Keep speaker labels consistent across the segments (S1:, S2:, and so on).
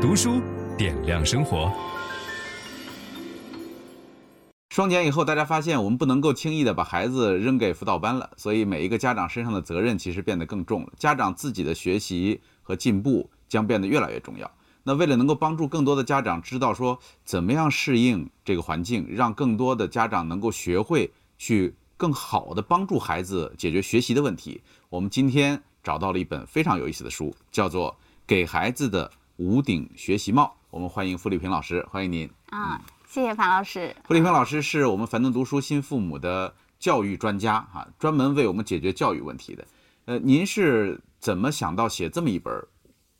S1: 读书点亮生活。
S2: 双减以后，大家发现我们不能够轻易的把孩子扔给辅导班了，所以每一个家长身上的责任其实变得更重了。家长自己的学习和进步将变得越来越重要。那为了能够帮助更多的家长知道说怎么样适应这个环境，让更多的家长能够学会去更好的帮助孩子解决学习的问题，我们今天找到了一本非常有意思的书，叫做《给孩子的五顶学习帽》。我们欢迎付丽萍老师，欢迎您。
S3: 啊，谢谢潘老师。
S2: 傅立平老师是我们樊登读书新父母的教育专家哈、专门为我们解决教育问题的。呃，您是怎么想到写这么一本儿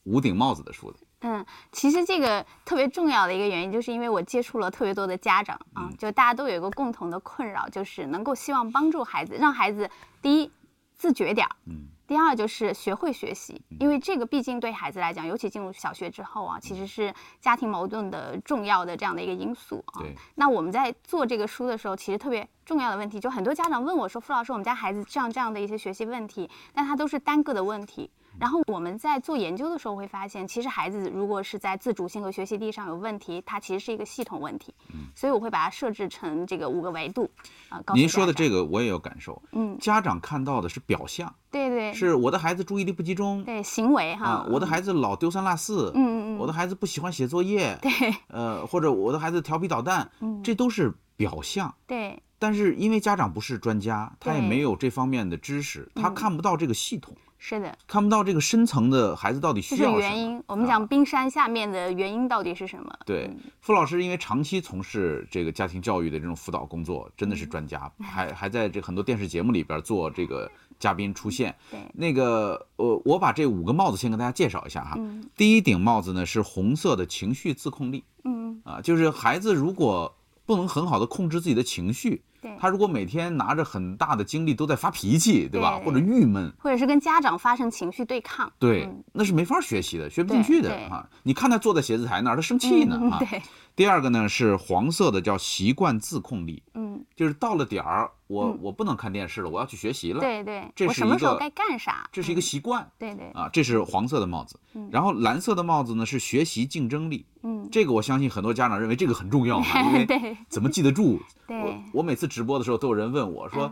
S2: 无顶帽子的书的？
S3: 嗯，其实这个特别重要的一个原因，就是因为我接触了特别多的家长啊，
S2: 嗯
S3: 就大家都有一个共同的困扰，就是能够希望帮助孩子，让孩子第一自觉点儿，
S2: 嗯，
S3: 第二就是学会学习，因为这个毕竟对孩子来讲，尤其进入小学之后
S2: 嗯
S3: 啊，其实是家庭矛盾的重要的这样的一个因素啊。
S2: 对，
S3: 那我们在做这个书的时候，其实特别重要的问题，就很多家长问我说：“傅老师，我们家孩子这样这样的一些学习问题，但他都是单个的问题。”然后我们在做研究的时候会发现，其实孩子如果是在自主性和学习力上有问题，它其实是一个系统问题。
S2: 嗯
S3: 所以我会把它设置成这个五个维度啊、告诉
S2: 您说的
S3: 大家
S2: 这个我也有感受，
S3: 嗯，
S2: 家长看到的是表象，
S3: 对对
S2: 是我的孩子注意力不集中
S3: 对行为哈，
S2: 啊，我的孩子老丢三落四，
S3: 嗯嗯嗯
S2: 我的孩子不喜欢写作业，
S3: 对嗯
S2: 呃，或者我的孩子调皮捣蛋，这都是表象。
S3: 对
S2: 但是因为家长不是专家，他也
S3: 对嗯
S2: 没有这方面的知识，他看不到这个系统。
S3: 是的，
S2: 看不到这个深层的孩子到底
S3: 这
S2: 需
S3: 是
S2: 要什
S3: 原
S2: 么。啊
S3: 因。我们讲冰山下面的原因到底是什么？
S2: 对，傅老师因为长期从事这个家庭教育的这种辅导工作，真的是专家，
S3: 嗯
S2: 还还在这很多电视节目里边做这个嘉宾出现。
S3: 对
S2: 那个呃，我把这五个帽子先跟大家介绍一下哈。
S3: 嗯
S2: 第一顶帽子呢是红色的情绪自控力
S3: 嗯，
S2: 啊，就是孩子如果不能很好的控制自己的情绪，
S3: 对
S2: 他如果每天拿着很大的精力都在发脾气，对吧？
S3: 对
S2: 或者郁闷，
S3: 或者是跟家长发生情绪对抗。
S2: 对，
S3: 嗯
S2: 那是没法学习的，学不进
S3: 对
S2: 去的
S3: 对
S2: 啊。你看他坐在写字台那儿，他生气呢、
S3: 嗯
S2: 啊。
S3: 对，
S2: 第二个呢是黄色的，叫习惯自控力，
S3: 嗯，
S2: 就是到了点儿，我、
S3: 嗯
S2: 我不能看电视了，我要去学习了。，
S3: 对对
S2: 这，
S3: 我
S2: 是
S3: 什么
S2: 一
S3: 时候
S2: 个
S3: 该干啥？
S2: 这是一个
S3: 嗯
S2: 习惯、
S3: 对对，
S2: 啊，这是黄色的帽子。
S3: 嗯
S2: 然后蓝色的帽子呢是学习竞争力，
S3: 嗯，
S2: 这个我相信很多家长认为这个很重要啊，因为
S3: 对
S2: 怎么记得住？我
S3: 对
S2: 我每次直播的时候都有人问我说，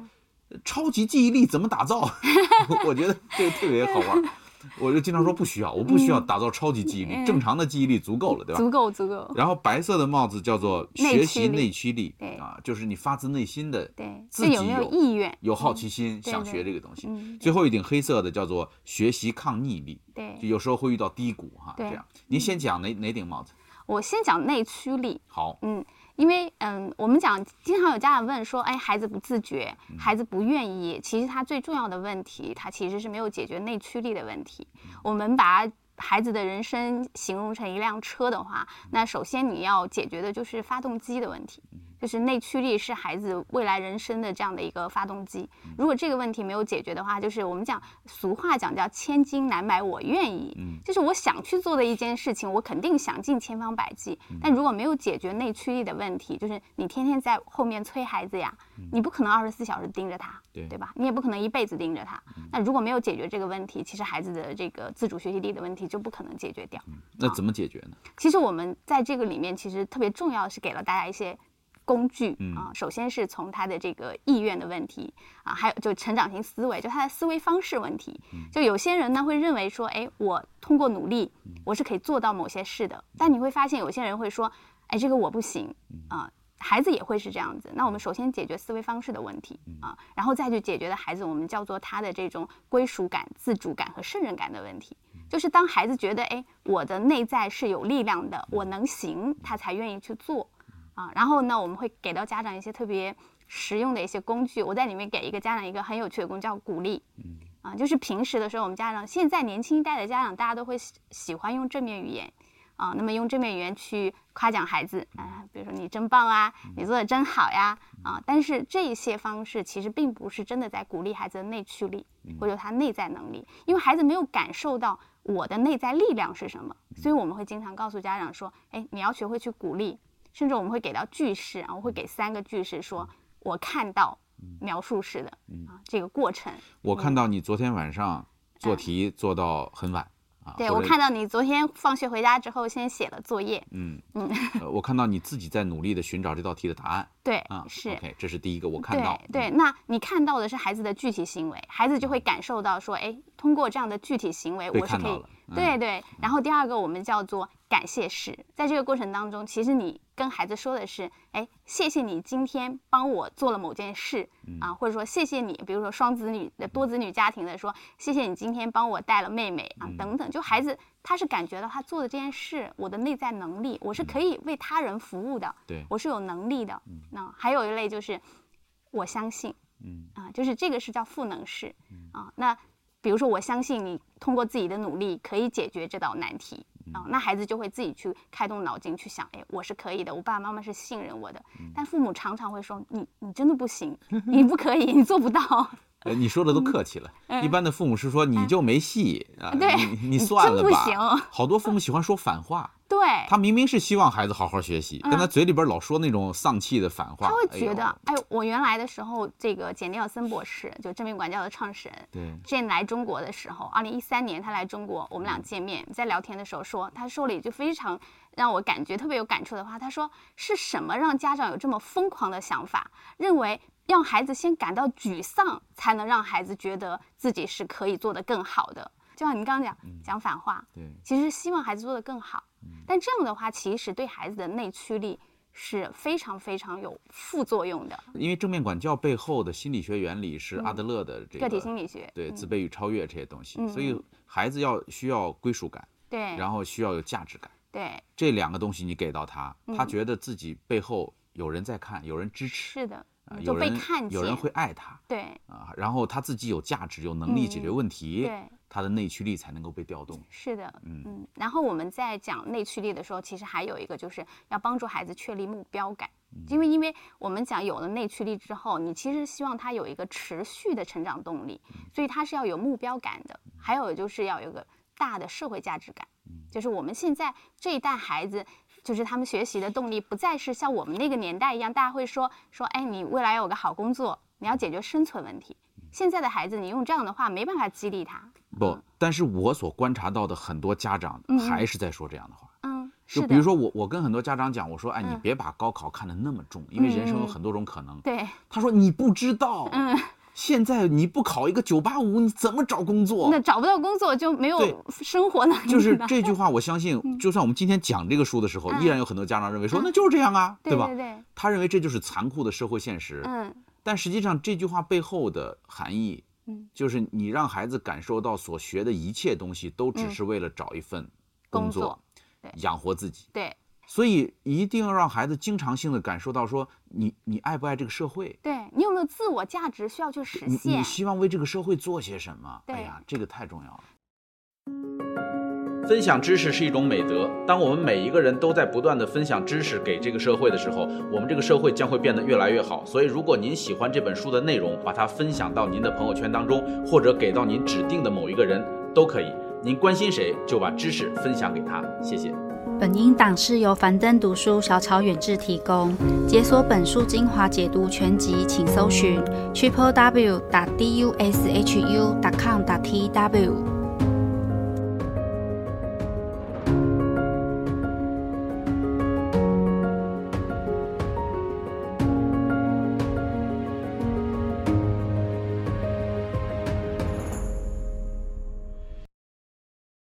S3: 嗯
S2: 超级记忆力怎么打造？ 我觉得这个特别好玩 儿，我就经常说不需要，我不需要打造超级记忆力，
S3: 嗯
S2: 正常的记忆力足够了，对吧？
S3: 足够足够，
S2: 然后白色的帽子叫做
S3: 内
S2: 学
S3: 驱
S2: 习
S3: 力
S2: 内驱力
S3: 对
S2: 啊，就是你发自内心的
S3: 对，
S2: 自
S3: 这
S2: 己
S3: 有没有
S2: 有
S3: 意愿？
S2: 有好奇心，
S3: 对
S2: 想
S3: 对
S2: 学这个东西。
S3: 嗯，
S2: 最后一顶黑色的叫做学习抗逆力，就
S3: 对，
S2: 有时候会遇到低谷哈，这
S3: 对嗯
S2: 样。您先讲哪哪顶帽子？
S3: 我先讲内驱力，
S2: 好，
S3: 嗯，因为嗯，我们讲经常有家长问说，哎，孩子不自觉，
S2: 嗯
S3: 孩子不愿意，其实他最重要的问题，他其实是没有解决内驱力的问题。
S2: 嗯
S3: 我们把孩子的人生形容成一辆车的话，
S2: 嗯
S3: 那首先你要解决的就是发动机的问题，就是内驱力是孩子未来人生的这样的一个发动机。如果这个问题没有解决的话，就是我们讲俗话讲叫“千金难买我愿意”，
S2: 嗯
S3: 就是我想去做的一件事情，我肯定想尽千方百计。但如果没有解决内驱力的问题，就是你天天在后面催孩子呀，你不可能二十四小时盯着他，
S2: 对
S3: 对吧？你也不可能一辈子盯着他。那如果没有解决这个问题，其实孩子的这个自主学习力的问题就不可能解决掉。
S2: 那怎么解决呢？
S3: 其实我们在这个里面，其实特别重要的是给了大家一些工具
S2: 嗯
S3: 啊、首先是从他的这个意愿的问题啊，还有就成长型思维，就他的思维方式问题。就有些人呢会认为说，哎，我通过努力，我是可以做到某些事的。但你会发现，有些人会说，哎，这个我不行啊。孩子也会是这样子，那我们首先解决思维方式的问题啊，然后再去解决的孩子，我们叫做他的这种归属感、自主感和胜任感的问题。就是当孩子觉得，哎，我的内在是有力量的，我能行，他才愿意去做啊。然后呢，我们会给到家长一些特别实用的一些工具。我在里面给一个家长一个很有趣的工具，叫鼓励。啊，就是平时的时候，我们家长现在年轻一代的家长，大家都会喜喜欢用正面语言。啊，那么用正面语言去夸奖孩子啊，比如说你真棒啊，你做的真好呀，啊，但是这些方式其实并不是真的在鼓励孩子的内驱力或者他内在能力，因为孩子没有感受到我的内在力量是什么，所以我们会经常告诉家长说，哎，你要学会去鼓励，甚至我们会给到句式，啊，我会给三个句式说，我看到
S2: 嗯
S3: 描述式的啊这个过程，
S2: 我看到你昨天晚上做题做到很晚，啊。
S3: 嗯对
S2: 或
S3: 我
S2: 者
S3: 看到你昨天放学回家之后，先写了作业。
S2: 嗯嗯、呃我看到你自己在努力的寻找这道题的答案
S3: 对，
S2: 啊。
S3: 是。
S2: OK，这是第一个我看到。嗯
S3: 对对，那你看到的是孩子的具体行为，孩子就会感受到说，哎，通过这样的具体行为，
S2: 被
S3: 我是
S2: 看
S3: 可
S2: 到
S3: 以
S2: 了。嗯
S3: 对对，然后第二个我们叫做感谢式，在这个过程当中，其实你跟孩子说的是，哎，谢谢你今天帮我做了某件事啊，或者说谢谢你，比如说双子女的多子女家庭的说，谢谢你今天帮我带了妹妹啊，等等，就孩子他是感觉到他做的这件事，我的内在能力，我是可以为他人服务的，
S2: 对
S3: 我是有能力的。那还有一类就是我相信，
S2: 嗯
S3: 啊，就是这个是叫赋能式啊。那比如说，我相信你通过自己的努力可以解决这道难题
S2: 嗯
S3: 啊，那孩子就会自己去开动脑筋去想，哎，我是可以的，我爸爸妈妈是信任我的。
S2: 嗯
S3: 但父母常常会说，你你真的 不行，你不可以，你做不到，
S2: 呃，你说的
S3: 嗯
S2: 都客气了。一般的父母是说你就没戏啊，
S3: 对
S2: 你你
S3: 你
S2: 算
S3: 真
S2: 了
S3: 不
S2: 吧。
S3: 行
S2: 好多父母喜欢说反话，
S3: 对。
S2: 他明明是希望孩子好好学习，但他嘴里边老说那种丧气的反话。
S3: 嗯他会
S2: 哎
S3: 觉
S2: 呦
S3: 得，哎我原来的时候，这个简·尼尔森博士，就正面管教的创始人，
S2: 对，
S3: 之前来中国的时候，二零一三年他来中国，我们俩见面，在聊天的时候说，他说了一句非
S2: 嗯
S3: 常让我感觉特别有感触的话，他说是什么让家长有这么疯狂的想法，认为让孩子先感到沮丧，才能让孩子觉得自己是可以做得更好的。就像你刚刚讲
S2: 嗯
S3: 讲反话，
S2: 对
S3: 其实希望孩子做得更好，
S2: 嗯
S3: 但这样的话，其实对孩子的内驱力是非常非常有副作用的。
S2: 因为正面管教背后的心理学原理是阿德勒的这
S3: 个
S2: 个
S3: 体心理学，
S2: 对自卑与超越这些东
S3: 嗯
S2: 西，所以孩子要需要归属感，
S3: 对
S2: 然后需要有价值感，
S3: 对，
S2: 这两个东西你给到他，他觉得自己背后有人在看，有人支持，
S3: 嗯是的
S2: 啊，
S3: 就
S2: 有
S3: 被
S2: 人
S3: 看见，
S2: 有人会爱他
S3: 对。
S2: 啊，然后他自己有价值，有能力解决问题，
S3: 嗯对
S2: 他的内驱力才能够被调动。
S3: 是的，嗯然后我们在讲内驱力的时候，其实还有一个就是要帮助孩子确立目标感，
S2: 嗯
S3: 因为因为我们讲有了内驱力之后，你其实希望他有一个持续的成长动
S2: 嗯
S3: 力，所以他是要有目标感的，还有就是要有一个大的社会价值感，
S2: 嗯
S3: 就是我们现在这一代孩子。就是他们学习的动力不再是像我们那个年代一样，大家会说说，哎，你未来要有个好工作，你要解决生存问题。
S2: 嗯
S3: 现在的孩子，你用这样的话没办法激励他。
S2: 不，但是我所观察到的很多家长
S3: 嗯
S2: 还是在说这样的话。
S3: 嗯，是
S2: 就
S3: 的。
S2: 比如说我，我跟很多家长讲，我说，哎，你
S3: 嗯
S2: 别把高考看得那么重，因为人生有
S3: 嗯嗯
S2: 很多种可能。
S3: 对，
S2: 他说你不知道，
S3: 嗯，
S2: 现在你不考一个九八五，你怎么找工作
S3: 那？找不到工作就没
S2: 对
S3: 有生活能力 了，
S2: 就是这句话，我相
S3: 嗯
S2: 信，就算我们今天讲这个书的时候，依然有很多家长认为说，那就是这样啊，
S3: 对
S2: 吧
S3: 对？对，
S2: 他认为这就是残酷的社会现实。
S3: 嗯，
S2: 但实际上，这句话背后的含义
S3: 嗯，
S2: 就是你让孩子感受到所学的一切东西都只
S3: 嗯
S2: 是为了找一份
S3: 工
S2: 工
S3: 作
S2: 作
S3: 对，
S2: 养活自己。
S3: 对
S2: 所以一定要让孩子经常性的感受到说你你爱不爱这个社会，
S3: 对，你有没有自我价值需要去实
S2: 你
S3: 现
S2: 你？希望为这个社会做些什么？
S3: 对
S2: 哎呀，这个太重要了。分享知识是一种美德。当我们每一个人都在不断的分享知识给这个社会的时候，我们这个社会将会变得越来越好。所以，如果您喜欢这本书的内容，把它分享到您的朋友圈当中，或者给到您指定的某一个人都可以。您关心谁，就把知识分享给他。谢谢。
S4: 本音档是由樊登读书小草远志提供。解锁本书精华解读全集，请搜寻 triple w 打 d u s h u 打 com 打 t w。